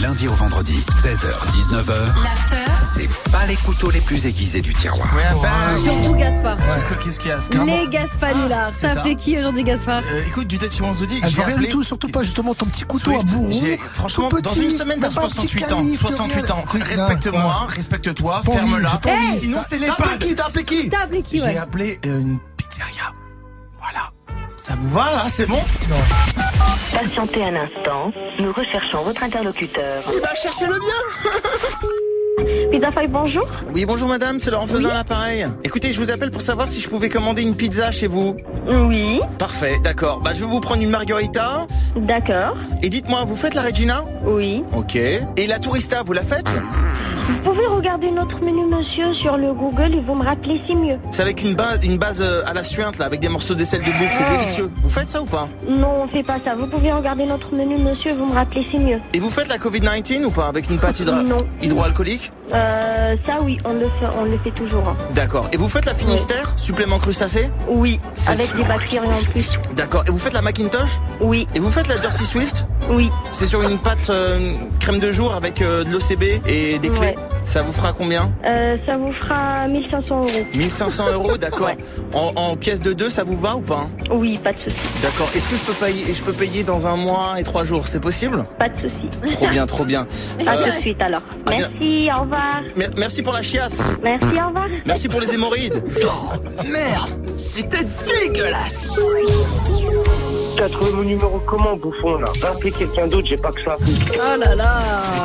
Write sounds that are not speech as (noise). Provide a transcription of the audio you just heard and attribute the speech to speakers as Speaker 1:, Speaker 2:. Speaker 1: lundi au vendredi, 16h-19h,
Speaker 2: L'after,
Speaker 1: c'est pas les couteaux les plus aiguisés du tiroir.
Speaker 3: Ouais, bah,
Speaker 4: Surtout Gaspard.
Speaker 3: ouais. euh, Qu'est-ce qu'il y a Scarbo
Speaker 4: Les Gaspanulards.
Speaker 3: c'est
Speaker 4: T'as
Speaker 3: ça.
Speaker 4: appelé qui aujourd'hui, Gaspard
Speaker 3: Euh, écoute, du tête sur 11 de dit.
Speaker 5: Elle
Speaker 3: j'ai
Speaker 5: veut rien du
Speaker 3: appelé
Speaker 5: tout, surtout pas justement ton petit couteau
Speaker 3: Swift.
Speaker 5: à bourreau.
Speaker 3: J'ai-
Speaker 5: tout
Speaker 3: Franchement,
Speaker 5: petit,
Speaker 3: dans une semaine, t'as
Speaker 5: même pas un petit
Speaker 3: 68 ans.
Speaker 5: canif,
Speaker 3: 68 ans.
Speaker 5: rien.
Speaker 3: Respecte-moi, respecte-toi,
Speaker 5: Pas envie,
Speaker 3: ferme-la.
Speaker 5: j'ai pas envie.
Speaker 3: Mais Sinon, c'est les
Speaker 5: T'as appelé qui T'as appelé qui
Speaker 4: T'as appelé qui,
Speaker 3: J'ai
Speaker 4: ouais
Speaker 3: appelé euh, une pizzeria. Voilà. Ça vous va, là C'est bon
Speaker 6: Patientez un instant, nous recherchons votre interlocuteur.
Speaker 3: Il va chercher le Eh ben, bien
Speaker 7: Pizza Fry, bonjour.
Speaker 3: Oui, bonjour madame, c'est Laurent Faisin, l'appareil. Écoutez, je vous appelle pour savoir si je pouvais commander une pizza chez vous.
Speaker 7: Oui,
Speaker 3: Parfait, d'accord. Bah, je vais vous prendre une margarita.
Speaker 7: d'accord.
Speaker 3: Et dites-moi, vous faites la Regina
Speaker 7: Oui.
Speaker 3: Ok. Et la Tourista, vous la faites
Speaker 7: Vous pouvez regarder notre menu, monsieur, sur le Google et vous me rappelez si mieux.
Speaker 3: C'est avec une base, une base euh, à la suinte, là, avec des morceaux d'aisselle de bouc,
Speaker 7: Ah.
Speaker 3: c'est délicieux. Vous faites ça ou pas
Speaker 7: Non, on fait pas ça. Vous pouvez regarder notre menu, monsieur, et vous me rappelez si mieux.
Speaker 3: Et vous faites la Covid-19 ou pas Avec une pâte hydra-
Speaker 7: Non.
Speaker 3: hydroalcoolique
Speaker 7: Euh, ça, oui, on le fait, on le fait toujours. hein.
Speaker 3: D'accord. Et vous faites la Finistère Supplément crustacé
Speaker 7: Oui,
Speaker 3: C'est
Speaker 7: avec
Speaker 3: ça.
Speaker 7: des bactéries en plus.
Speaker 3: D'accord. Et vous faites la Macintosh
Speaker 7: Oui,
Speaker 3: Et vous faites la Dirty Swift
Speaker 7: oui.
Speaker 3: C'est sur une pâte euh, une crème de jour avec euh, de l'OCB et des clés.
Speaker 7: Ouais.
Speaker 3: Ça vous fera combien
Speaker 7: Euh, ça vous fera 1500 euros.
Speaker 3: 1500 euros, d'accord.
Speaker 7: Ouais.
Speaker 3: En, en pièces de deux, ça vous va ou pas
Speaker 7: Oui, pas de souci,
Speaker 3: D'accord. Est-ce que je peux payer, je peux payer dans un mois et trois jours C'est possible
Speaker 7: pas de souci.
Speaker 3: Trop bien, trop
Speaker 7: (laughs)
Speaker 3: bien.
Speaker 7: À
Speaker 3: Euh,
Speaker 7: tout de suite alors.
Speaker 3: ah, bien.
Speaker 7: Merci, au revoir.
Speaker 3: mer- merci pour la chiasse.
Speaker 7: Merci, au revoir.
Speaker 3: Merci pour les hémorroïdes.
Speaker 8: Oh, Merde, c'était dégueulasse.
Speaker 9: T'as trouvé mon numéro comment, bouffon, là Va appeler quelqu'un d'autre, j'ai pas que ça.
Speaker 4: Oh là là